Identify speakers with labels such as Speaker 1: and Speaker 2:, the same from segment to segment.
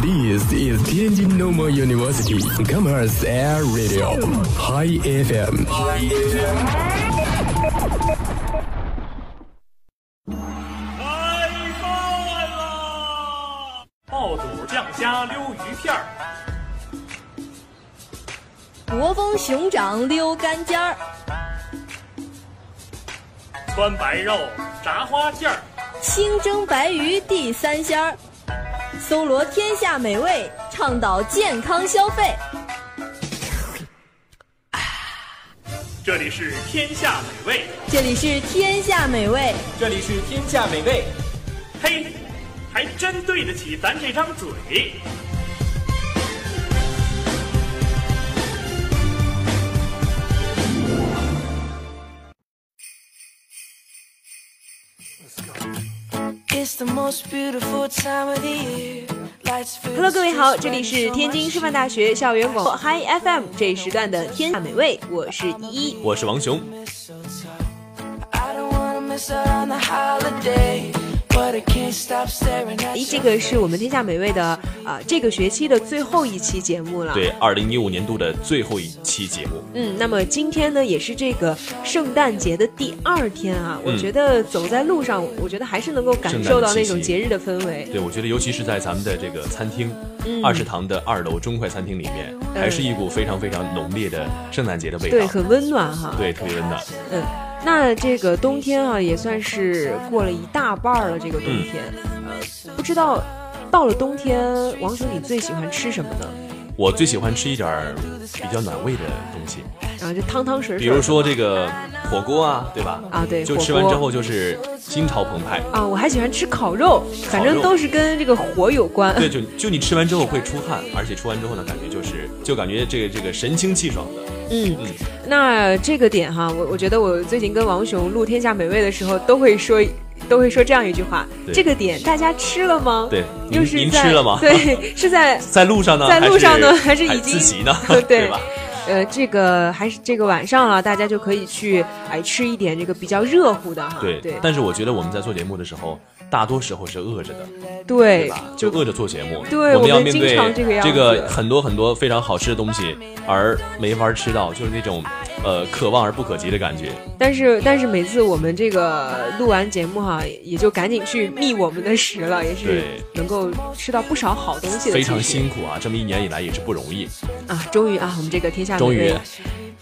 Speaker 1: This is Tianjin Normal University Commerce Air Radio High FM。
Speaker 2: 开饭啦！爆肚酱虾溜鱼片儿，
Speaker 3: 国风熊掌溜干尖儿，
Speaker 2: 川白肉，炸花馅儿，
Speaker 3: 清蒸白鱼地三鲜儿，搜罗天下美味，倡导健康消费。
Speaker 2: 这里是天下美味。
Speaker 3: 这里是天下美味，
Speaker 4: 这里是天下美味，
Speaker 2: 嘿，还真对得起咱这张嘴。
Speaker 5: It's the most beautiful time of the year. Lights fill
Speaker 6: Hello，
Speaker 5: the
Speaker 6: 各位
Speaker 5: streets
Speaker 6: 好，这
Speaker 5: when
Speaker 6: 里
Speaker 5: it's
Speaker 6: 是
Speaker 5: so
Speaker 6: 天
Speaker 5: much
Speaker 6: 津师
Speaker 5: to
Speaker 6: 范大学校园广播 Hi FM 这一时段的《天下美味》，我是依依。
Speaker 7: 我是王雄，
Speaker 5: mistletoe. I don't wanna miss out on the holiday, but I can't stop staring at
Speaker 6: 咦，
Speaker 5: you.
Speaker 6: 这个是我们《天下美味》的啊、这个学期的最后一期节目了。
Speaker 7: 对，二零一五年度的最后一期节目，
Speaker 6: 嗯，那么今天呢，也是这个圣诞节的第二天啊。我
Speaker 7: 嗯
Speaker 6: 觉得走在路上，我觉得还是能够感
Speaker 7: 圣诞
Speaker 6: 受到那
Speaker 7: 气
Speaker 6: 种
Speaker 7: 息
Speaker 6: 节日的氛围。
Speaker 7: 对我觉得尤其是在咱们的这个餐厅，
Speaker 6: 嗯
Speaker 7: 二食堂的二楼中快餐厅里面，还是一股非常非常浓烈的圣诞节的味
Speaker 6: 对，
Speaker 7: 道，
Speaker 6: 很温暖哈。
Speaker 7: 对，特别温暖。
Speaker 6: 嗯，那这个冬天啊，也算是过了一大半儿了。这个冬天，
Speaker 7: 嗯
Speaker 6: 呃，不知道到了冬天，王总你最喜欢吃什么呢？
Speaker 7: 我最喜欢吃一点儿比较暖胃的东西，
Speaker 6: 然后就汤汤水水，
Speaker 7: 比如说这个火锅啊，对吧？
Speaker 6: 啊对
Speaker 7: 就
Speaker 6: 火
Speaker 7: 吃完之
Speaker 6: 锅
Speaker 7: 后就是心潮澎湃。
Speaker 6: 啊，我还喜欢吃烤肉，反
Speaker 7: 烤
Speaker 6: 正
Speaker 7: 肉
Speaker 6: 都是跟这个火有关。
Speaker 7: 对，就就你吃完之后会出汗，而且出完之后呢，感觉就是就感觉这个这个神清气爽的。
Speaker 6: 嗯，那这个点哈，我我觉得我最近跟王雄录《天下美味》的时候，都会说。都会说这样一句话：
Speaker 7: 对
Speaker 6: 这个点大家吃了吗？
Speaker 7: 对
Speaker 6: 就
Speaker 7: 您
Speaker 6: 是
Speaker 7: 您
Speaker 6: 在
Speaker 7: 吃了吗
Speaker 6: 对，是 在
Speaker 7: 在路上呢，
Speaker 6: 在路上呢，还
Speaker 7: 还
Speaker 6: 是已经，
Speaker 7: 自习呢
Speaker 6: 对
Speaker 7: 对吧？
Speaker 6: 呃，这个还是这个晚上啊了，大家就可以去哎吃一点这个比较热乎的哈。
Speaker 7: 对，
Speaker 6: 啊对
Speaker 7: 但是我觉得我们在做节目的时候，大多时候是饿着的，
Speaker 6: 对
Speaker 7: 吧？就饿着做节目，
Speaker 6: 嗯对
Speaker 7: 我们要
Speaker 6: 我们
Speaker 7: 面
Speaker 6: 经
Speaker 7: 对
Speaker 6: 常这个样子
Speaker 7: 这个很多很多非常好吃的东西，而没法吃到，就是那种呃可望而不可及的感觉。
Speaker 6: 但是但是每次我们这个录完节目哈，也就赶紧去觅我们的食了，也是
Speaker 7: 对
Speaker 6: 能够吃到不少好东西的，
Speaker 7: 非常辛苦啊！这么一年以来也是不容易，
Speaker 6: 啊！终于啊，我们这个天下
Speaker 7: 终于
Speaker 6: 美味，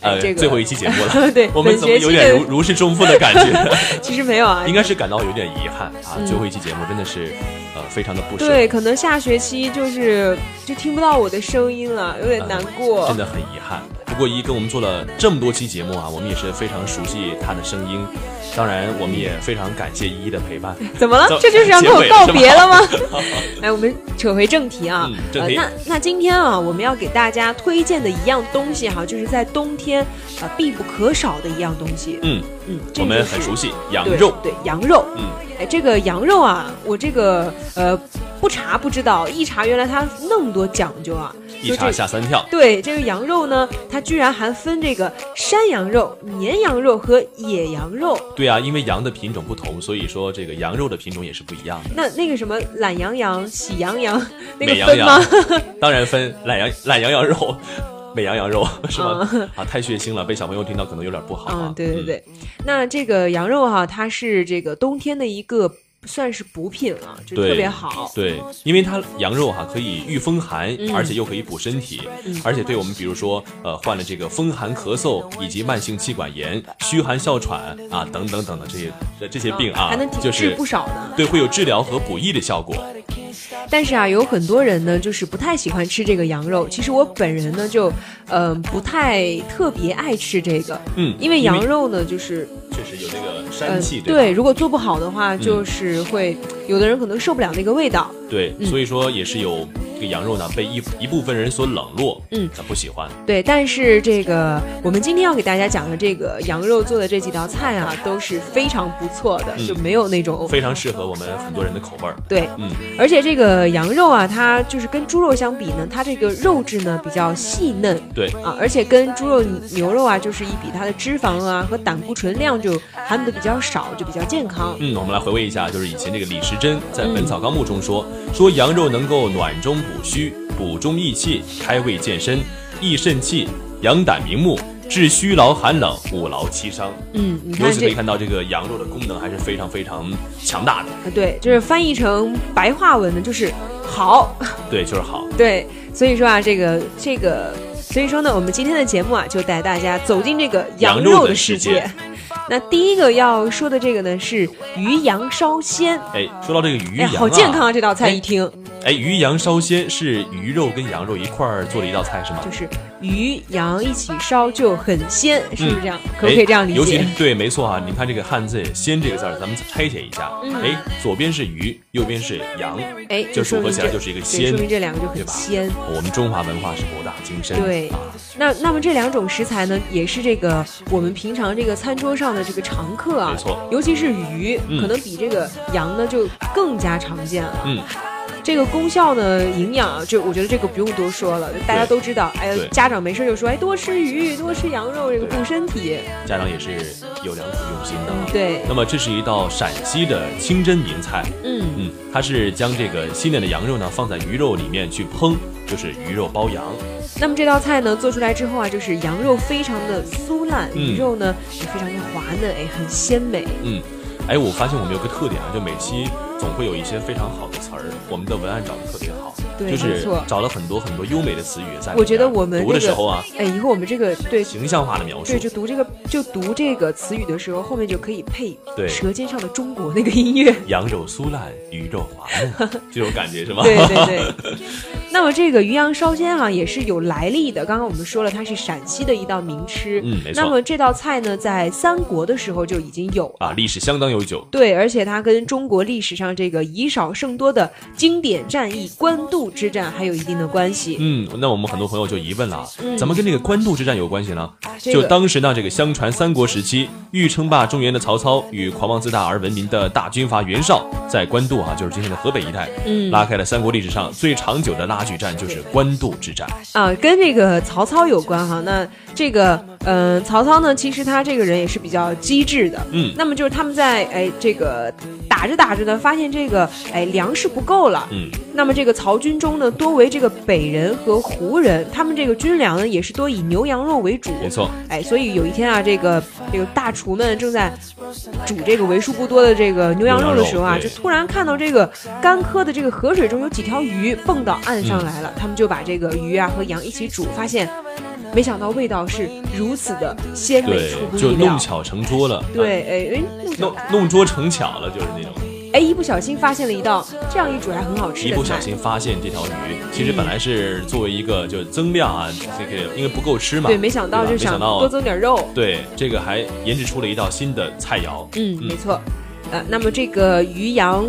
Speaker 7: 呃，
Speaker 6: 哎这个
Speaker 7: 最后一期节目了，
Speaker 6: 对
Speaker 7: 我们
Speaker 6: 本
Speaker 7: 怎么
Speaker 6: 学期
Speaker 7: 有点
Speaker 6: 的
Speaker 7: 如如释重负的感觉？
Speaker 6: 其实没有啊，
Speaker 7: 应该是感到有点遗憾啊！最后一期节目真的是呃非常的不舍，
Speaker 6: 嗯对，可能下学期就是就听不到我的声音了，有点难过。
Speaker 7: 啊真的很遗憾。不过一跟我们做了这么多期节目啊，我们也是非常熟悉他的声音，当然我们也非常感谢依依的陪 伴。
Speaker 6: 怎么了
Speaker 7: 走？
Speaker 6: 这就是要跟我
Speaker 7: 结尾了
Speaker 6: 告
Speaker 7: 是吧
Speaker 6: 别了吗？ 来，我们扯回正题啊。
Speaker 7: 嗯正题
Speaker 6: 呃、那那今天啊，我们要给大家推荐的一样东西哈、就是在冬天呃必不可少的一样东西。
Speaker 7: 嗯，
Speaker 6: 嗯，这
Speaker 7: 我们
Speaker 6: 就是
Speaker 7: 很熟悉羊
Speaker 6: 对
Speaker 7: 肉，
Speaker 6: 对羊肉。
Speaker 7: 嗯，
Speaker 6: 哎，这个羊肉啊，我这个呃不查不知道，一查原来它那么多讲究啊。
Speaker 7: 一查吓三跳。
Speaker 6: 对，这个羊肉呢，它居然还分这个山羊肉、绵羊肉和野羊肉。
Speaker 7: 对啊，因为羊的品种不同，所以说这个羊肉的品种也是不一样的。
Speaker 6: 那那个什么懒羊羊、喜羊羊，那
Speaker 7: 美
Speaker 6: 个
Speaker 7: 羊
Speaker 6: 分吗
Speaker 7: 羊？当然分懒羊懒羊羊肉， 美羊羊肉是吧？啊，太血腥了，被小朋友听到可能有点不好啊。
Speaker 6: 嗯，对对
Speaker 7: 嗯
Speaker 6: 对。那这个羊肉哈、它是这个冬天的一个算是补品了、就
Speaker 7: 对
Speaker 6: 特别好。
Speaker 7: 对，因为它羊肉哈、可以御风寒，
Speaker 6: 嗯
Speaker 7: 而且又可以补身体，而且对我们比如说呃患了这个风寒咳嗽以及慢性气管炎、虚寒哮喘啊等等等的这些这这些病啊，
Speaker 6: 嗯还能
Speaker 7: 就
Speaker 6: 抵
Speaker 7: 是
Speaker 6: 制不少呢。
Speaker 7: 对会有治疗和补益的效果。
Speaker 6: 但是啊，有很多人呢，就是不太喜欢吃这个羊肉。其实我本人呢，就嗯、呃不太特别爱吃这个，
Speaker 7: 嗯，
Speaker 6: 因为羊肉呢，就是
Speaker 7: 确实有那个
Speaker 6: 呃
Speaker 7: 膻气，
Speaker 6: 对，
Speaker 7: 吧
Speaker 6: 如果做不好的话，就是会有的人可能受不了那个味道。
Speaker 7: 对，
Speaker 6: 嗯
Speaker 7: 所以说也是有这个羊肉呢被一一部分人所冷落，
Speaker 6: 嗯
Speaker 7: 啊，不喜欢。
Speaker 6: 对，但是这个我们今天要给大家讲的这个羊肉做的这几道菜啊，都是非常不错的，
Speaker 7: 嗯
Speaker 6: 就没有那种
Speaker 7: 非常适合我们很多人的口味儿，
Speaker 6: 对。
Speaker 7: 嗯，
Speaker 6: 而且这个羊肉啊，它就是跟猪肉相比呢，它这个肉质呢比较细嫩
Speaker 7: 对，
Speaker 6: 啊，而且跟猪肉、牛肉啊，就是一比，它的脂肪啊和胆固醇量就含的比较少，就比较健康。
Speaker 7: 嗯，我们来回味一下，就是以前这个李时珍在《本草纲目》中说，说羊肉能够暖中补虚，补中益气、开胃健身、益肾气、养胆明目。治虚劳寒冷，五劳七伤。
Speaker 6: 嗯，你
Speaker 7: 由
Speaker 6: 看
Speaker 7: 此可以
Speaker 6: 这，
Speaker 7: 看到，这个羊肉的功能还是非常非常强大的。
Speaker 6: 对，就是翻译成白话文呢，就是好，
Speaker 7: 对，就是好。
Speaker 6: 对，所以说啊，这个这个，所以说呢，我们今天的节目啊，就带大家走进这个
Speaker 7: 羊肉
Speaker 6: 肉
Speaker 7: 的世
Speaker 6: 世
Speaker 7: 界
Speaker 6: 界。那第一个要说的这个呢是鱼羊烧鲜，
Speaker 7: 哎，说到这个鱼
Speaker 6: 哎，
Speaker 7: 羊、啊
Speaker 6: 好健康啊！这道菜
Speaker 7: 哎
Speaker 6: 一听
Speaker 7: 哎，鱼羊烧鲜是鱼肉跟羊肉一块儿做的一道菜是吗
Speaker 6: 就？是鱼羊一起烧就很鲜，是不是这样？可
Speaker 7: 哎
Speaker 6: 不可以这样理
Speaker 7: 尤其
Speaker 6: 解
Speaker 7: 是？对，没错啊！你看这个汉字“鲜”这个字儿，咱们拆解一下。哎，左边是鱼，右边是羊，
Speaker 6: 嗯哎，
Speaker 7: 这
Speaker 6: 说
Speaker 7: 组合
Speaker 6: 明
Speaker 7: 起来就是一个
Speaker 6: 对
Speaker 7: 鲜，
Speaker 6: 说明这两个就
Speaker 7: 对
Speaker 6: 很
Speaker 7: 吧？
Speaker 6: 鲜。
Speaker 7: 我们中华文化是博大精深，
Speaker 6: 对
Speaker 7: 啊，
Speaker 6: 那那么这两种食材呢，也是这个我们平常这个餐桌上的这个常客啊，
Speaker 7: 没错
Speaker 6: 尤其是鱼，
Speaker 7: 嗯
Speaker 6: 可能比这个羊呢就更加常见了。
Speaker 7: 嗯，
Speaker 6: 这个功效呢，营养啊，这我觉得这个不用多说了，大家
Speaker 7: 对
Speaker 6: 都知道。哎呀
Speaker 7: 对，
Speaker 6: 家长没事就说，哎，多吃鱼，多吃羊肉，这个
Speaker 7: 对
Speaker 6: 补身体。
Speaker 7: 家长也是有良苦用心的啊。
Speaker 6: 对，
Speaker 7: 那么这是一道陕西的清真名菜，
Speaker 6: 嗯，
Speaker 7: 嗯，它是将这个新鲜的羊肉呢放在鱼肉里面去烹，就是鱼肉包羊。
Speaker 6: 那么这道菜呢做出来之后啊，就是羊肉非常的酥烂，
Speaker 7: 嗯
Speaker 6: 鱼肉呢也非常的滑嫩，哎，很鲜美。
Speaker 7: 嗯，哎，我发现我们有个特点啊，就每期总会有一些非常好的词儿，我们的文案找的特别好，
Speaker 6: 对
Speaker 7: 就
Speaker 6: 没
Speaker 7: 是
Speaker 6: 错
Speaker 7: 找了很多很多优美的词语在里面。
Speaker 6: 我觉得我们
Speaker 7: 读
Speaker 6: 这
Speaker 7: 的时
Speaker 6: 个
Speaker 7: 候啊，，
Speaker 6: 哎，以后我们这个对
Speaker 7: 形象化的描述
Speaker 6: 对，，就读这个就读这个词语的时候，后面就可以配
Speaker 7: 对
Speaker 6: 《舌尖上的中国》那个音乐。
Speaker 7: 羊肉酥烂，鱼肉滑嫩，这种感觉是吧？
Speaker 6: 对对对。那么这个鱼羊烧鲜啊，也是有来历的。刚刚我们说了，它是陕西的一道名吃。
Speaker 7: 嗯没错
Speaker 6: 那么这道菜呢，在三国的时候就已经有 了。
Speaker 7: 啊，历史相当悠久。
Speaker 6: 对，而且它跟中国历史上这个以少胜多的经典战役官渡之战还有一定的关系。
Speaker 7: 嗯，那我们很多朋友就疑问了啊，怎么跟这个官渡之战有关系呢？
Speaker 6: 嗯这
Speaker 7: 就
Speaker 6: 个
Speaker 7: 当时呢，这个相传三国时期，欲称霸中原的曹操与狂妄自大而闻名的大军阀袁绍，在官渡啊，就是今天的河北一带，
Speaker 6: 嗯
Speaker 7: 拉开了三国历史上最长久的拉锯战，就是官渡之战。
Speaker 6: 啊，跟这个曹操有关哈。那这个，嗯、曹操呢，其实他这个人也是比较机智的。
Speaker 7: 嗯
Speaker 6: 那么就是他们在哎这个打着打着呢，发现这个哎粮食不够了。
Speaker 7: 嗯，
Speaker 6: 那么这个曹军中呢，多为这个北人和胡人，他们这个军粮呢也是多以牛羊肉为主。
Speaker 7: 没错。
Speaker 6: 哎，所以有一天啊，这个这个大厨们正在煮这个为数不多的这个牛羊肉的时候
Speaker 7: 牛
Speaker 6: 啊，
Speaker 7: 羊肉
Speaker 6: 就
Speaker 7: 对
Speaker 6: 突然看到这个干涸的这个河水中有几条鱼蹦到岸
Speaker 7: 嗯
Speaker 6: 上来了，他们就把这个鱼啊和羊一起煮，发现没想到味道是如此的鲜美，
Speaker 7: 对
Speaker 6: 出，乎
Speaker 7: 就
Speaker 6: 意料
Speaker 7: 弄。巧成拙了。啊，
Speaker 6: 对，哎哎弄巧
Speaker 7: 弄弄拙成巧了，就是那种。
Speaker 6: 哎，一不小心发现了一道这样一煮还很好吃
Speaker 7: 一
Speaker 6: 的菜。
Speaker 7: 不小心发现这条鱼，其实本来是作为一个就是增量啊，这个因为不够吃嘛，
Speaker 6: 对，没想到
Speaker 7: 对吧
Speaker 6: 就
Speaker 7: 没
Speaker 6: 想
Speaker 7: 想到啊
Speaker 6: 多增点肉。
Speaker 7: 对，这个还研制出了一道新的菜肴。
Speaker 6: 嗯，没错。呃，那么这个鱼羊，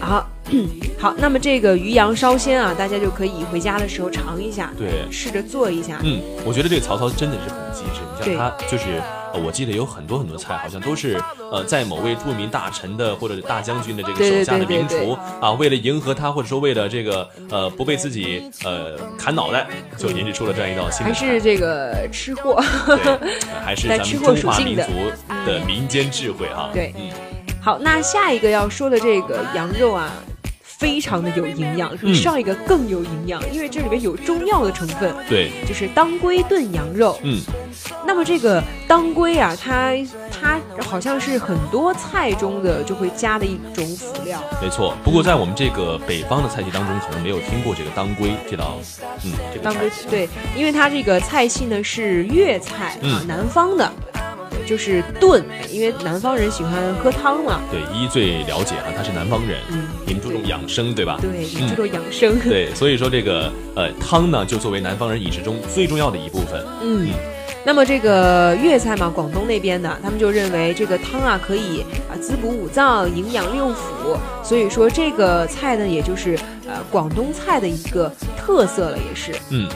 Speaker 6: 好， 好，那么这个鱼羊烧鲜啊，大家就可以回家的时候尝一下，
Speaker 7: 对
Speaker 6: 试着做一下。
Speaker 7: 嗯，我觉得这个曹操真的是很机智。你
Speaker 6: 对
Speaker 7: 像他就是，呃我记得有很多很多菜，好像都是呃在某位著名大臣的或者是大将军的这个
Speaker 6: 对对
Speaker 7: 手下的
Speaker 6: 对对
Speaker 7: 名
Speaker 6: 对
Speaker 7: 厨啊，为了迎合他，或者说为了这个呃不被自己呃砍脑袋，就研制出了这样一道新
Speaker 6: 还
Speaker 7: 的
Speaker 6: 是
Speaker 7: 菜。
Speaker 6: 这个吃货。
Speaker 7: 对，还是咱们
Speaker 6: 带吃
Speaker 7: 中
Speaker 6: 货属
Speaker 7: 华
Speaker 6: 性
Speaker 7: 民
Speaker 6: 的
Speaker 7: 族的民间智慧哈。
Speaker 6: 对
Speaker 7: 嗯，
Speaker 6: 好，那下一个要说的这个羊肉啊，非常的有营养，比
Speaker 7: 嗯
Speaker 6: 上一个更有营养，因为这里面有中药的成分，
Speaker 7: 对，
Speaker 6: 就是当归炖羊肉。
Speaker 7: 嗯，
Speaker 6: 那么这个当归啊，它它好像是很多菜中的就会加的一种辅料。
Speaker 7: 没错。不过在我们这个北方的菜系当中，可能没有听过这个当归这道，嗯，这个
Speaker 6: 当归
Speaker 7: 菜。
Speaker 6: 对，因为它这个菜系呢是粤菜啊，
Speaker 7: 嗯
Speaker 6: 南方的，对就是炖，因为南方人喜欢喝汤嘛，
Speaker 7: 对，一最了解啊，他是南方人，
Speaker 6: 嗯
Speaker 7: 你们注重养生对吧？
Speaker 6: 对，也
Speaker 7: 嗯
Speaker 6: 注重养生。
Speaker 7: 对，所以说这个呃汤呢，就作为南方人饮食中最重要的一部分。
Speaker 6: 嗯。那么这个粤菜嘛，广东那边的，他们就认为这个汤啊可以啊滋补五脏、营养六腑，所以说这个菜呢，也就是呃广东菜的一个特色了，也是。
Speaker 7: 嗯，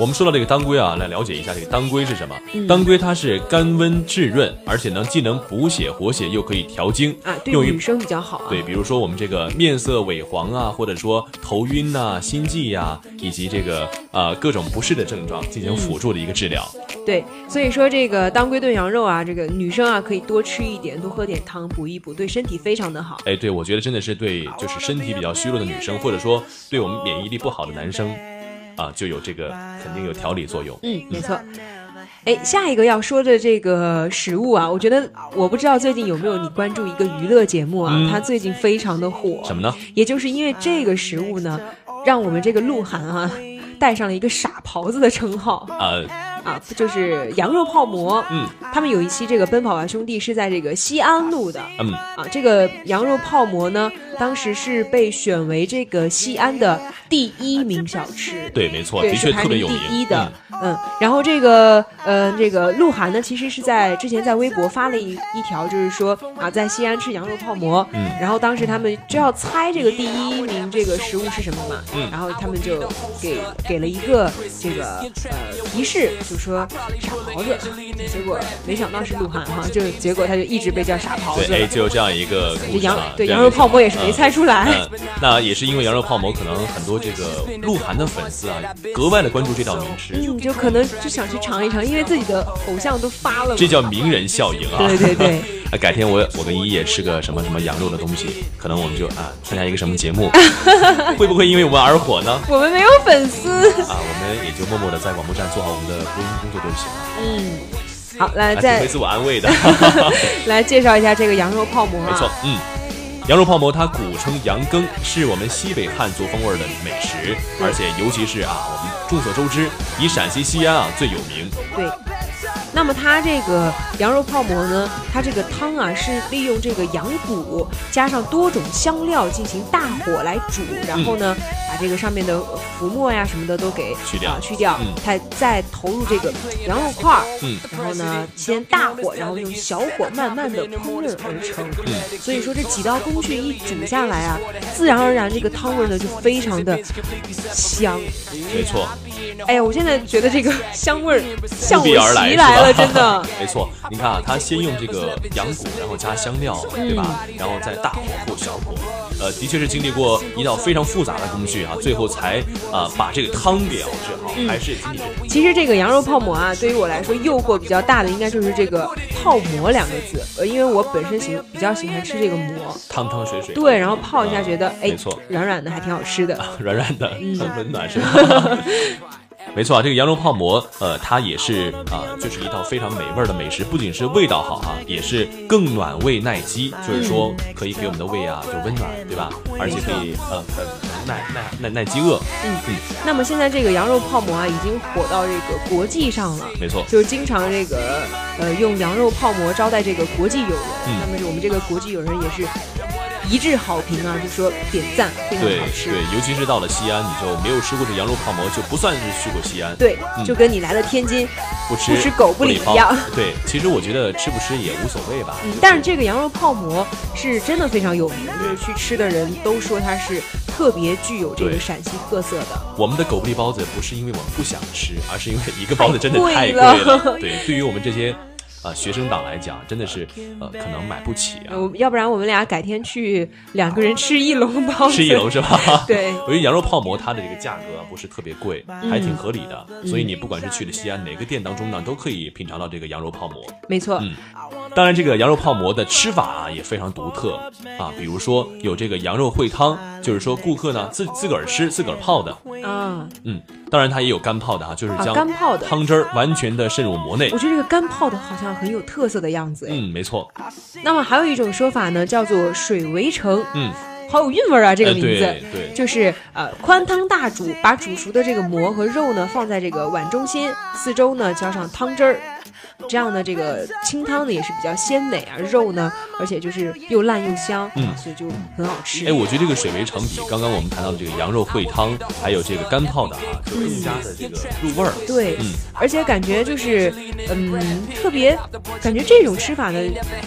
Speaker 7: 我们说到这个当归啊，来了解一下这个当归是什么。
Speaker 6: 嗯
Speaker 7: 当归它是甘温炙润，而且呢既能补血活血，又可以调经
Speaker 6: 啊，，对
Speaker 7: 用于
Speaker 6: 女生比较好啊。
Speaker 7: 对，比如说我们这个面色萎黄啊，或者说头晕呐、心悸呀、以及这个呃各种不适的症状进
Speaker 6: 嗯
Speaker 7: 行辅助的一个治疗。
Speaker 6: 对，所以说这个当归炖羊肉啊，这个女生啊可以多吃一点，多喝点汤补一补，对身体非常的好。
Speaker 7: 哎，对，我觉得真的是对，就是身体比较虚弱的女生，或者说对我们免疫力不好的男生，啊，就有这个肯定有调理作用。
Speaker 6: 嗯，没错。哎，下一个要说的这个食物啊，我觉得我不知道最近有没有你关注一个娱乐节目啊，它最近非常的火。
Speaker 7: 嗯什么呢？
Speaker 6: 也就是因为这个食物呢，让我们这个鹿晗啊，带上了一个傻狍子的称号
Speaker 7: 啊，
Speaker 6: 啊，就是羊肉泡馍。
Speaker 7: 嗯，
Speaker 6: 他们有一期这个《奔跑吧兄弟》是在这个西安录的。
Speaker 7: 嗯，
Speaker 6: 啊，这个羊肉泡馍呢，当时是被选为这个西安的第一名小吃。
Speaker 7: 对，没错，
Speaker 6: 对，
Speaker 7: 的
Speaker 6: 是
Speaker 7: 确
Speaker 6: 排
Speaker 7: 特别
Speaker 6: 名
Speaker 7: 有名。
Speaker 6: 第一的，嗯然后这个，呃，这个鹿晗呢，其实是在之前在微博发了一一条，就是说啊，在西安吃羊肉泡馍，
Speaker 7: 嗯
Speaker 6: 然后当时他们就要猜这个第一名这个食物是什么嘛，
Speaker 7: 嗯
Speaker 6: 然后他们就给给了一个这个呃提示，就说傻狍子，结果没想到是鹿晗哈，就结果他就一直被叫傻狍
Speaker 7: 嗯
Speaker 6: 子
Speaker 7: 对，哎，
Speaker 6: 了。
Speaker 7: 就有这样一个
Speaker 6: 这
Speaker 7: 故事
Speaker 6: 羊
Speaker 7: 啊。
Speaker 6: 对
Speaker 7: 这样
Speaker 6: 羊
Speaker 7: 一
Speaker 6: 肉
Speaker 7: 个
Speaker 6: 泡馍也是没
Speaker 7: 嗯
Speaker 6: 猜出来，
Speaker 7: 嗯，那也是因为羊肉泡馍，可能很多这个鹿晗的粉丝啊，格外的关注这道名食，
Speaker 6: 嗯，就可能就想去尝一尝，因为自己的偶像都发了嘛。
Speaker 7: 这叫名人效应啊！
Speaker 6: 对对对。
Speaker 7: 啊，改天我我跟依依也吃个什么什么羊肉的东西，可能我们就啊参加一个什么节 目，会不会因为我们而火呢？
Speaker 6: 我们没有粉丝。
Speaker 7: 啊，我们也就默默的在广播站做好我们的播音工作就行了，
Speaker 6: 好，来
Speaker 7: 还挺
Speaker 6: 再
Speaker 7: 会自我安 慰的。
Speaker 6: 来介绍一下这个羊肉泡馍啊。
Speaker 7: 没错，嗯。羊肉泡馍它古称羊羹，是我们西北汉族风味儿的美食，而且尤其是啊，我们众所周知，以陕西西安啊最有名。
Speaker 6: 对。那么它这个羊肉泡馍呢，它这个汤啊是利用这个羊骨加上多种香料进行大火来煮，然后呢、把这个上面的浮沫呀什么的都给
Speaker 7: 嗯去掉
Speaker 6: 啊去掉
Speaker 7: 嗯，
Speaker 6: 它再投入这个羊肉块儿，
Speaker 7: 嗯
Speaker 6: 然后呢先大火，然后用小火慢慢的烹饪而成。
Speaker 7: 嗯
Speaker 6: 所以说这几道工序一煮下来啊，自然而然这个汤味儿呢就非常的香。
Speaker 7: 没错，
Speaker 6: 哎呀，我现在觉得这个 香味儿向
Speaker 7: 扑
Speaker 6: 我
Speaker 7: 鼻而
Speaker 6: 袭
Speaker 7: 是
Speaker 6: 来
Speaker 7: 吧？
Speaker 6: 了，真的。
Speaker 7: 没错，你看啊，它先用这个羊骨，然后加香料，对吧？
Speaker 6: 嗯
Speaker 7: 然后再大火后小火，呃，的确是经历过一道非常复杂的工序啊，最后才啊、把这个汤给熬制好，
Speaker 6: 嗯
Speaker 7: 还是仅仅是
Speaker 6: 其实这个羊肉泡馍啊，对于我来说诱惑比较大的应该就是这个“泡馍”两个字，呃，因为我本身喜比较喜欢吃这个馍，
Speaker 7: 汤汤水水。
Speaker 6: 对，然后泡一下
Speaker 7: 嗯
Speaker 6: 觉得哎嗯
Speaker 7: 没错，
Speaker 6: 软软的还挺好吃的。
Speaker 7: 软软的，很温暖，是吧？ 没错啊，这个羊肉泡馍，呃，它也是啊、就是一道非常美味儿的美食，不仅是味道好啊，也是更暖胃耐饥，
Speaker 6: 嗯
Speaker 7: 就是说可以给我们的胃啊就温暖，对吧？而且可以呃呃耐耐耐耐饥饿，
Speaker 6: 嗯
Speaker 7: 嗯
Speaker 6: 那么现在这个羊肉泡馍啊，已经火到这个国际上了。
Speaker 7: 没错。
Speaker 6: 就是经常这个呃用羊肉泡馍招待这个国际友人，
Speaker 7: 嗯
Speaker 6: 那么我们这个国际友人也是一致好评啊，就说点赞，非常
Speaker 7: 对
Speaker 6: 好吃。
Speaker 7: 对，尤其是到了西安，你就没有吃过这羊肉泡馍，就不算是去过西安。
Speaker 6: 对
Speaker 7: 嗯
Speaker 6: 就跟你来了天津，
Speaker 7: 不吃
Speaker 6: 不吃狗不理
Speaker 7: 包
Speaker 6: 一样。
Speaker 7: 对，其实我觉得吃不吃也无所谓吧。
Speaker 6: 嗯
Speaker 7: 就
Speaker 6: 但是
Speaker 7: 是
Speaker 6: 这个羊肉泡馍是真的非常有名，就是去吃的人都说它是特别具有这个
Speaker 7: 对
Speaker 6: 陕西特色的。
Speaker 7: 我们的狗不理包子不是因为我们不想吃，而是因为一个包子真的太
Speaker 6: 太贵
Speaker 7: 贵
Speaker 6: 了
Speaker 7: 了。对，对于我们这些呃学生党来讲，真的是呃可能买不起啊。
Speaker 6: 我呃要不然我们俩改天去两个人吃一笼包子，
Speaker 7: 吃一笼是吧？
Speaker 6: 对
Speaker 7: 我觉得羊肉泡馍它的这个价格啊不是特别贵，还挺合理的。
Speaker 6: 嗯
Speaker 7: 所以你不管是去了西安哪个店当中呢，都可以品尝到这个羊肉泡馍。
Speaker 6: 没错，
Speaker 7: 嗯当然，这个羊肉泡馍的吃法啊也非常独特啊，比如说有这个羊肉烩汤，就是说顾客呢自自个儿吃自个儿泡的。
Speaker 6: 啊，
Speaker 7: 嗯，当然它也有干泡的啊，就是
Speaker 6: 啊
Speaker 7: 将
Speaker 6: 干泡的
Speaker 7: 汤汁儿完全的渗入馍内
Speaker 6: 我。觉得这个干泡的好像很有特色的样子哎。
Speaker 7: 嗯，没错，
Speaker 6: 那么还有一种说法呢，叫做水围城。
Speaker 7: 嗯，
Speaker 6: 好有韵味儿啊，这个名字。
Speaker 7: 哎对对
Speaker 6: 就是呃，宽汤大煮，把煮熟的这个馍和肉呢放在这个碗中心，四周呢浇上汤汁儿。这样的这个清汤呢也是比较鲜美啊，肉呢而且就是又烂又香，
Speaker 7: 嗯
Speaker 6: 所以就很好吃。
Speaker 7: 哎，我觉得这个水围城比刚刚我们谈到的这个羊肉烩汤，还有这个干泡的啊，就更加的这个入味儿。
Speaker 6: 对，
Speaker 7: 嗯
Speaker 6: 而且感觉就是，嗯，特别感觉这种吃法呢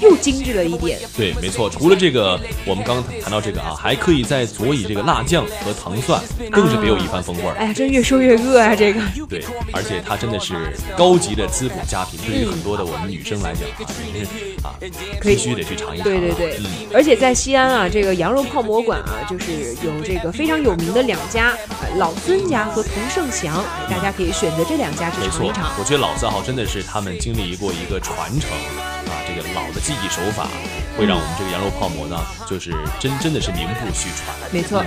Speaker 6: 又精致了一点。
Speaker 7: 对，没错。除了这个，我们刚刚谈到这个啊，还可以再佐以这个辣酱和糖蒜，更是别有一番风味儿。
Speaker 6: 哎呀，真越说越饿啊！这个，
Speaker 7: 对，而且它真的是高级的滋补佳品，对于很多的我们女生来讲啊，真是啊，
Speaker 6: 可以
Speaker 7: 必须得去尝一尝啊。
Speaker 6: 对对对
Speaker 7: 嗯，，
Speaker 6: 而且在西安啊，这个羊肉泡馍馆啊，就是有这个非常有名的两家，呃老孙家和同盛祥，哎大家可以选择这两家去
Speaker 7: 嗯没
Speaker 6: 尝
Speaker 7: 错
Speaker 6: 一尝。，
Speaker 7: 我觉得老字号真的是他们经历过一个传承啊，这个老的技艺手法，会让我们这个羊肉泡馍呢，就是真真的是名不虚传。
Speaker 6: 没错。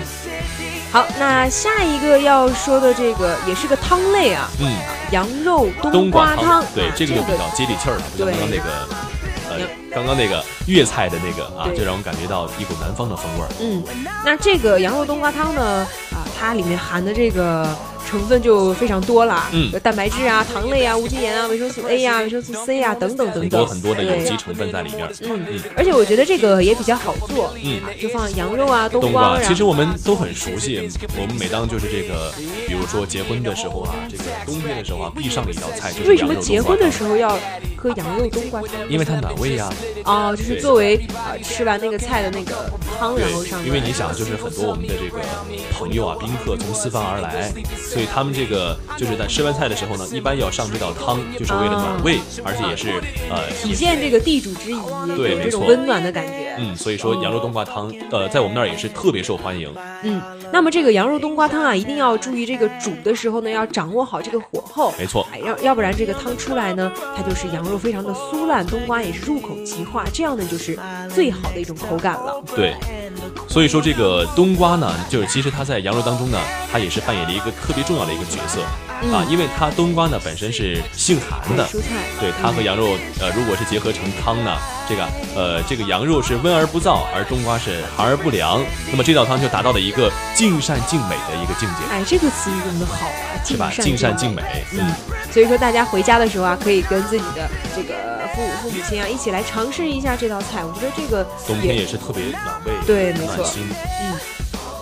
Speaker 6: 好，那下一个要说的这个也是个汤类啊，
Speaker 7: 嗯，
Speaker 6: 羊肉
Speaker 7: 冬瓜
Speaker 6: 瓜
Speaker 7: 汤，对
Speaker 6: 啊，
Speaker 7: 这个就比较接地气儿了，不像
Speaker 6: 对
Speaker 7: 刚刚那个，
Speaker 6: 羊
Speaker 7: 呃，刚刚那个粤菜的那个啊，
Speaker 6: 对
Speaker 7: 就让我感觉到一股南方的风味儿。
Speaker 6: 嗯，那这个羊肉冬瓜汤呢，啊，它里面含的这个成分就非常多了，
Speaker 7: 嗯
Speaker 6: 有蛋白质啊、糖类啊、无机盐啊、维生素 A 呀、维生素 C 啊等等等
Speaker 7: 很
Speaker 6: 等，
Speaker 7: 多很多的有机
Speaker 6: 对
Speaker 7: 成分在里面儿，
Speaker 6: 嗯，而且我觉得这个也比较好做，
Speaker 7: 嗯
Speaker 6: 啊就放羊肉啊、冬
Speaker 7: 冬
Speaker 6: 瓜，
Speaker 7: 瓜，
Speaker 6: 然后
Speaker 7: 其实我们都很熟悉。我们每当就是这个，比如说结婚的时候啊，这个冬天的时候啊，必上的一道菜就是
Speaker 6: 为什
Speaker 7: 羊
Speaker 6: 么
Speaker 7: 肉
Speaker 6: 结
Speaker 7: 冬
Speaker 6: 婚
Speaker 7: 瓜
Speaker 6: 的
Speaker 7: 汤，
Speaker 6: 时候要喝羊肉冬瓜汤？
Speaker 7: 因为它暖胃呀、
Speaker 6: 哦，就是作为啊吃完那个菜的那个汤，然后上来，
Speaker 7: 对，因为你想，就是很多我们的这个朋友啊、宾客从四方而来，所以他们这个就是在吃完菜的时候呢，一般要上这道汤，就是为了暖胃，而且也是呃
Speaker 6: 体现哦这个地主之谊，
Speaker 7: 对
Speaker 6: 有这
Speaker 7: 没
Speaker 6: 种
Speaker 7: 错
Speaker 6: 温暖的感觉。
Speaker 7: 嗯，所以说羊肉冬瓜汤，呃，在我们那儿也是特别受欢迎。
Speaker 6: 嗯，那么这个羊肉冬瓜汤啊，一定要注意这个煮的时候呢，要掌握好这个火候。
Speaker 7: 没错
Speaker 6: 哎，要要不然这个汤出来呢，它就是羊肉非常的酥烂，冬瓜也是入口即化，这样呢就是最好的一种口感了。
Speaker 7: 对，所以说这个冬瓜呢，就是其实它在羊肉当中呢，它也是扮演了一个特别重要的一个角色、
Speaker 6: 嗯
Speaker 7: 啊，因为它冬瓜呢本身是性寒的
Speaker 6: 对蔬菜
Speaker 7: 对它和羊肉呃如果是结合成汤呢，这个呃这个羊肉是温而不燥，而冬瓜是寒而不凉，那么这道汤就达到了一个尽善尽美的一个境界，
Speaker 6: 哎，这个词语用的好啊，
Speaker 7: 是
Speaker 6: 尽
Speaker 7: 吧
Speaker 6: 善？
Speaker 7: 尽善尽美，嗯。
Speaker 6: 所以说大家回家的时候啊，可以跟自己的这个父母父母亲啊一起来尝试一下这道菜，我觉得这个
Speaker 7: 冬天也是特别暖胃，
Speaker 6: 对没错
Speaker 7: 暖心，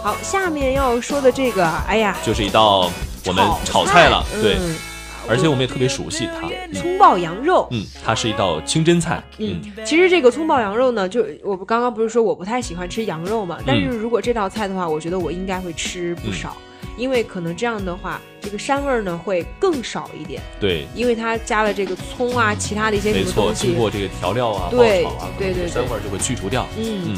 Speaker 6: 好。下面要说的这个啊，哎呀，
Speaker 7: 就是一道我们炒菜了，对，
Speaker 6: 嗯
Speaker 7: 而且我们也特别熟悉它，嗯
Speaker 6: 葱爆羊肉，
Speaker 7: 嗯，它是一道清真菜。
Speaker 6: 嗯
Speaker 7: 嗯，，
Speaker 6: 其实这个葱爆羊肉呢，就我不刚刚不是说我不太喜欢吃羊肉嘛，但
Speaker 7: 嗯
Speaker 6: 是如果这道菜的话，我觉得我应该会吃不少，因为可能这样的话，这个膻味儿呢会更少一点，
Speaker 7: 对，
Speaker 6: 因为它加了这个葱啊，其他的一些
Speaker 7: 嗯
Speaker 6: 什
Speaker 7: 没
Speaker 6: 么
Speaker 7: 错，
Speaker 6: 东
Speaker 7: 经
Speaker 6: 西。
Speaker 7: 过这个调料啊、爆
Speaker 6: 对
Speaker 7: 炒啊，
Speaker 6: 对对
Speaker 7: 可能这个膻味儿就会去除掉。
Speaker 6: 嗯
Speaker 7: 嗯，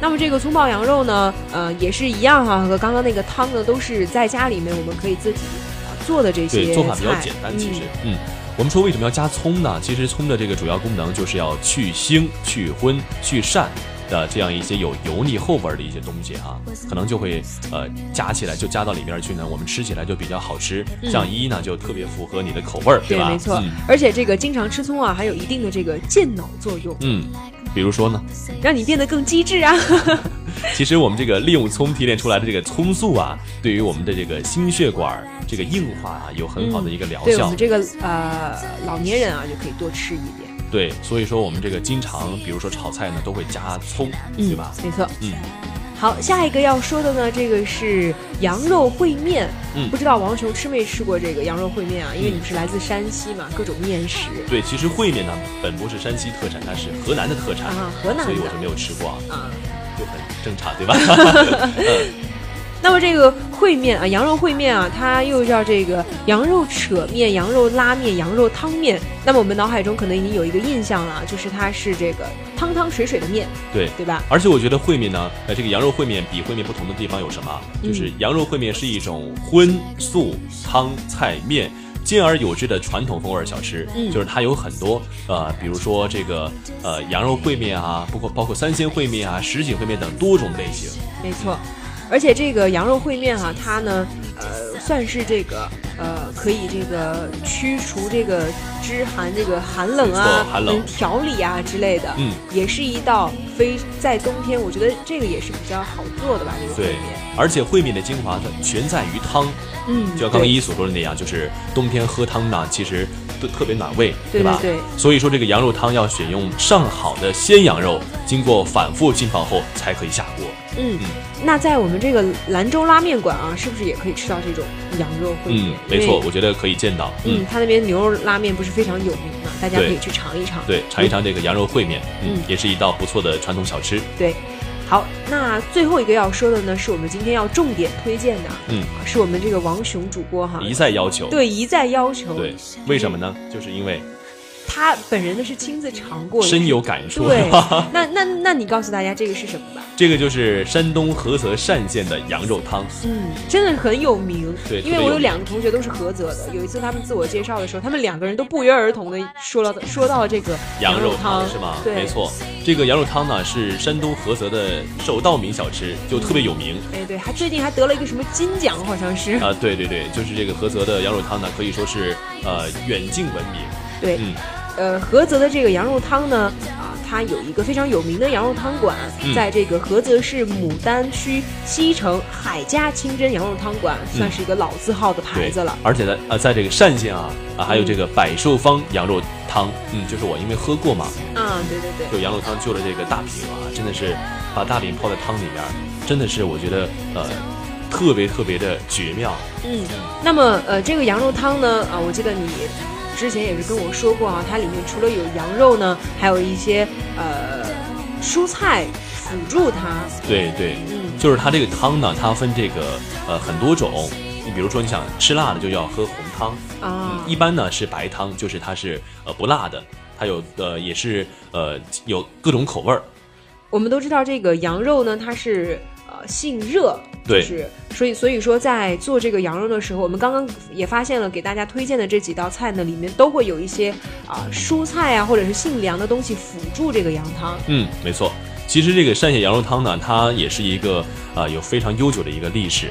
Speaker 6: 那么这个葱爆羊肉呢，呃，也是一样哈、和刚刚那个汤呢，都是在家里面我们可以自己啊做的这些
Speaker 7: 对，做法比较
Speaker 6: 菜
Speaker 7: 简单，其实
Speaker 6: 嗯、，
Speaker 7: 嗯。我们说为什么要加葱呢？其实葱的这个主要功能就是要去腥、去荤、去膻的这样一些有油腻后味儿的一些东西哈、可能就会呃加起来就加到里面去呢，我们吃起来就比较好吃。像一呢就特别符合你的口味儿，
Speaker 6: 嗯对，
Speaker 7: 吧？
Speaker 6: 没错、
Speaker 7: 嗯
Speaker 6: 而且这个经常吃葱啊，还有一定的这个健脑作用，
Speaker 7: 嗯，比如说呢？
Speaker 6: 让你变得更机智啊。
Speaker 7: 其实我们这个利用葱提炼出来的这个葱素啊，对于我们的这个心血管这个硬化啊，有很好的一个疗
Speaker 6: 嗯对我
Speaker 7: 效
Speaker 6: 们。这个呃老年人啊，就可以多吃一点。
Speaker 7: 对，所以说我们这个经常，比如说炒菜呢，都会加葱，对吧？
Speaker 6: 没错。
Speaker 7: 嗯，
Speaker 6: 好，下一个要说的呢，这个是羊肉烩面。
Speaker 7: 嗯
Speaker 6: 不知道王雄吃没吃过这个羊肉烩面啊？因为你不是来自山西嘛，
Speaker 7: 嗯
Speaker 6: 各种面食。
Speaker 7: 对，其实烩面呢，本不是山西特产，它是河南的特产，
Speaker 6: 啊河南的
Speaker 7: 所以我就没有吃过啊，
Speaker 6: 啊，
Speaker 7: 就很正常，对吧？ 嗯
Speaker 6: 那么这个烩面啊，羊肉烩面啊，它又叫这个羊肉扯面、羊肉拉面、羊肉汤面。那么我们脑海中可能已经有一个印象了，就是它是这个汤汤水水的面，
Speaker 7: 对。
Speaker 6: 对吧？
Speaker 7: 而且我觉得烩面呢，呃，这个羊肉烩面比烩面不同的地方有什么？
Speaker 6: 嗯
Speaker 7: 就是羊肉烩面是一种荤素汤菜面。兼而有之的传统风味小吃，
Speaker 6: 嗯
Speaker 7: 就是它有很多呃，比如说这个呃羊肉烩面啊，包括包括三鲜烩面啊、什锦烩面等多种类型。
Speaker 6: 没错，而且这个羊肉烩面哈、它呢，呃，算是这个呃，可以这个驱除这个之寒这个寒冷
Speaker 7: 没
Speaker 6: 啊、
Speaker 7: 错寒冷
Speaker 6: 嗯调理啊之类的，
Speaker 7: 嗯，
Speaker 6: 也是一道非在冬天，我觉得这个也是比较好做的吧，这个烩
Speaker 7: 对
Speaker 6: 面。
Speaker 7: 而且烩面的精华它全在于汤。
Speaker 6: 嗯
Speaker 7: 就像刚刚
Speaker 6: 对
Speaker 7: 依依所说的那样，就是冬天喝汤呢，其实都特别暖胃，
Speaker 6: 对
Speaker 7: 吧？
Speaker 6: 对对
Speaker 7: 所以说这个羊肉汤要选用上好的鲜羊肉，经过反复浸泡后才可以下锅。
Speaker 6: 嗯，那在我们这个兰州拉面馆啊，是不是也可以吃到这种羊肉烩面
Speaker 7: 嗯？，没
Speaker 6: 因
Speaker 7: 错，
Speaker 6: 为
Speaker 7: 我觉得可以见到。
Speaker 6: 嗯，他那边牛肉拉面不是非常有名嘛，大家可以去尝一尝。
Speaker 7: 对，尝一尝这个羊肉烩面，嗯
Speaker 6: 嗯，
Speaker 7: 也是一道不错的传统小吃。
Speaker 6: 对，好，那最后一个要说的呢，是我们今天要重点推荐的，啊
Speaker 7: 嗯，
Speaker 6: 是我们这个王雄主播哈，
Speaker 7: 一再要求，
Speaker 6: 对一再要求，
Speaker 7: 对，为什么呢？就是因为
Speaker 6: 他本人呢是亲自尝过的，
Speaker 7: 深有感触。
Speaker 6: 对，那那那你告诉大家这个是什么吧？
Speaker 7: 这个就是山东菏泽单县的羊肉汤。
Speaker 6: 嗯，真的很有名。
Speaker 7: 对
Speaker 6: 因为
Speaker 7: 特别
Speaker 6: 我
Speaker 7: 有
Speaker 6: 有
Speaker 7: 名
Speaker 6: 两个同学都是菏泽的，有一次他们自我介绍的时候，他们两个人都不约而同的说了说到了这个
Speaker 7: 羊
Speaker 6: 肉
Speaker 7: 肉汤是吗？
Speaker 6: 对，
Speaker 7: 没。错，这个羊肉汤呢是山东菏泽的首道名小吃，就特别有 名。
Speaker 6: 哎，对，还最近还得了一个什么金奖，好像是。
Speaker 7: 啊、对对对，就是这个菏泽的羊肉汤呢，可以说是呃远近闻名。
Speaker 6: 对，
Speaker 7: 嗯，
Speaker 6: 呃，菏泽的这个羊肉汤呢，啊，它有一个非常有名的羊肉汤馆，
Speaker 7: 嗯
Speaker 6: 在这个菏泽市牡丹区西城海家清真羊肉汤馆，
Speaker 7: 嗯
Speaker 6: 算是一个老字号的牌
Speaker 7: 对
Speaker 6: 子了。。
Speaker 7: 而且呢，呃，在这个单县啊啊，还有
Speaker 6: 嗯
Speaker 7: 这个百寿坊羊肉汤，嗯，就是我因为喝过嘛，
Speaker 6: 啊，对对对。
Speaker 7: 就羊肉汤就了这个大饼啊，真的是把大饼泡在汤里面儿，真的是我觉得呃特别特别的绝妙。
Speaker 6: 嗯，那么呃，这个羊肉汤呢，啊，我记得你之前也是跟我说过啊，它里面除了有羊肉呢，还有一些呃蔬菜辅助它。
Speaker 7: 对对，
Speaker 6: 嗯
Speaker 7: 就是它这个汤呢，它分这个呃很多种，你比如说你想吃辣的就要喝红汤，嗯
Speaker 6: 啊，
Speaker 7: 一般呢是白汤，就是它是呃不辣的，它有呃也是呃有各种口味儿，
Speaker 6: 我们都知道这个羊肉呢，它是呃性热，
Speaker 7: 对
Speaker 6: 就是所以所以说在做这个羊肉的时候，我们刚刚也发现了，给大家推荐的这几道菜呢，里面都会有一些啊、蔬菜啊或者是性凉的东西辅助这个羊汤。
Speaker 7: 嗯，没错。其实这个单县羊肉汤呢，它也是一个啊、呃有非常悠久的一个历史。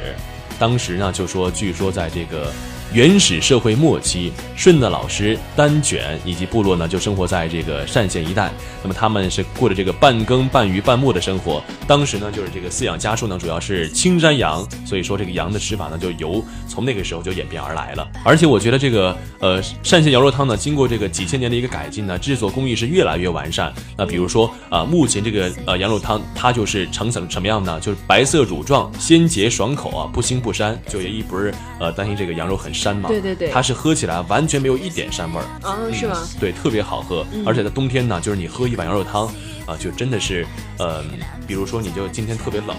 Speaker 7: 当时呢，就说据说在这个原始社会末期，舜的老师丹卷以及部落呢，就生活在这个单县一带。那么他们是过着这个半耕半渔半牧的生活。当时呢，就是这个饲养家畜呢，主要是青山羊，所以说这个羊的吃法呢，就由从那个时候就演变而来了。而且我觉得这个呃单县羊肉汤呢，经过这个几千年的一个改进呢，制作工艺是越来越完善。那比如说啊、目前这个呃羊肉汤它就是呈什什么样呢？就是白色乳状，鲜洁爽口啊，不腥不膻。就也一不是呃担心这个羊肉很膻嘛，
Speaker 6: 对对对
Speaker 7: 它是喝起来完全没有一点膻味儿。
Speaker 6: 啊，是嗯吗？
Speaker 7: 嗯对，特别好喝，而且在冬天呢，就是你喝一碗羊肉汤，啊，就真的是，呃，比如说你就今天特别冷，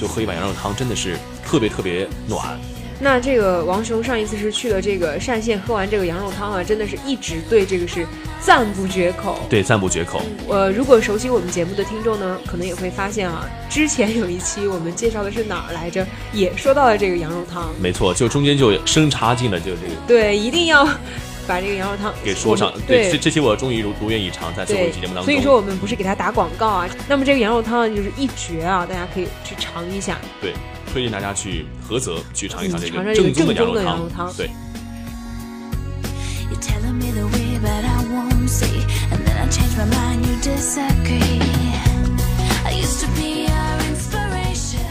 Speaker 7: 就喝一碗羊肉汤，真的是特别特别暖。
Speaker 6: 那这个王雄上一次是去了这个单县，喝完这个羊肉汤啊，真的是一直对这个是赞不绝口。
Speaker 7: 对，赞不绝口。
Speaker 6: 呃，如果熟悉我们节目的听众呢，可能也会发现啊，之前有一期我们介绍的是哪儿来着，也说到了这个羊肉汤。
Speaker 7: 没错，就中间就生插进了就这个
Speaker 6: 对，一定要把这个羊肉汤
Speaker 7: 给说上
Speaker 6: 我们。
Speaker 7: 对，这
Speaker 6: 对
Speaker 7: 这期我终于如如愿以偿，在最后一
Speaker 6: 对
Speaker 7: 期节目当中。
Speaker 6: 所以说我们不是给他打广告啊。那么这个羊肉汤就是一绝啊，大家可以去尝一下。
Speaker 7: 对，推荐大家去菏泽去尝一尝
Speaker 6: 嗯
Speaker 7: 这
Speaker 6: 尝
Speaker 7: 个
Speaker 6: 尝这个
Speaker 7: 宗的
Speaker 6: 正
Speaker 7: 羊
Speaker 6: 宗的
Speaker 7: 肉
Speaker 6: 羊肉汤
Speaker 7: 对，
Speaker 8: You're telling me the way, but I won't see. And then I change my mind, you disagree. I used to be your inspiration.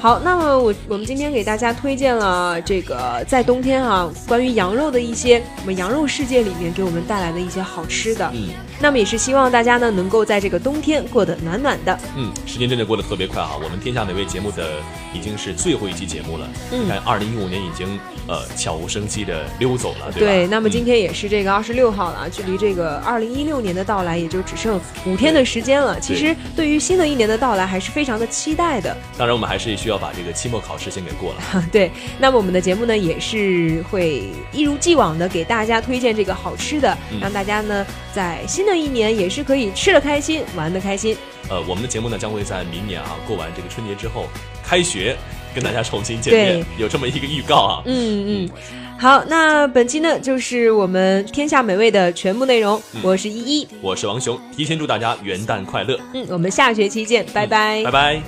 Speaker 6: 好，那么我我们今天给大家推荐了这个在冬天啊，关于羊肉的一些我们羊肉世界里面给我们带来的一些好吃的。
Speaker 7: 嗯
Speaker 6: 那么也是希望大家呢能够在这个冬天过得暖暖的。
Speaker 7: 嗯，时间真的过得特别快啊！我们《天下美味》节目的已经是最后一期节目了，
Speaker 6: 嗯
Speaker 7: 你看，二零一五年已经呃悄无声息的溜走了，对吧？
Speaker 6: 那么
Speaker 7: 嗯
Speaker 6: 今天也是这个二十六号了啊，距离这个二零一六年的到来也就只剩五天的时间了。其实对于新的一年的到来，还是非常的期待的。
Speaker 7: 嗯当然，我们还是需要把这个期末考试先给过 了。
Speaker 6: 对，那么我们的节目呢，也是会一如既往的给大家推荐这个好吃的，
Speaker 7: 嗯
Speaker 6: 让大家呢在新的一年也是可以吃的开心，玩的开心。
Speaker 7: 呃，我们的节目呢将会在明年啊过完这个春节之后开学，跟大家重新见
Speaker 6: 对
Speaker 7: 面，有这么一个预告啊。
Speaker 6: 嗯嗯。好，那本期呢就是我们天下美味的全部内容。我是依依，
Speaker 7: 我是王雄，提前祝大家元旦快乐，
Speaker 6: 嗯，我们下学期见，拜拜
Speaker 7: 拜拜。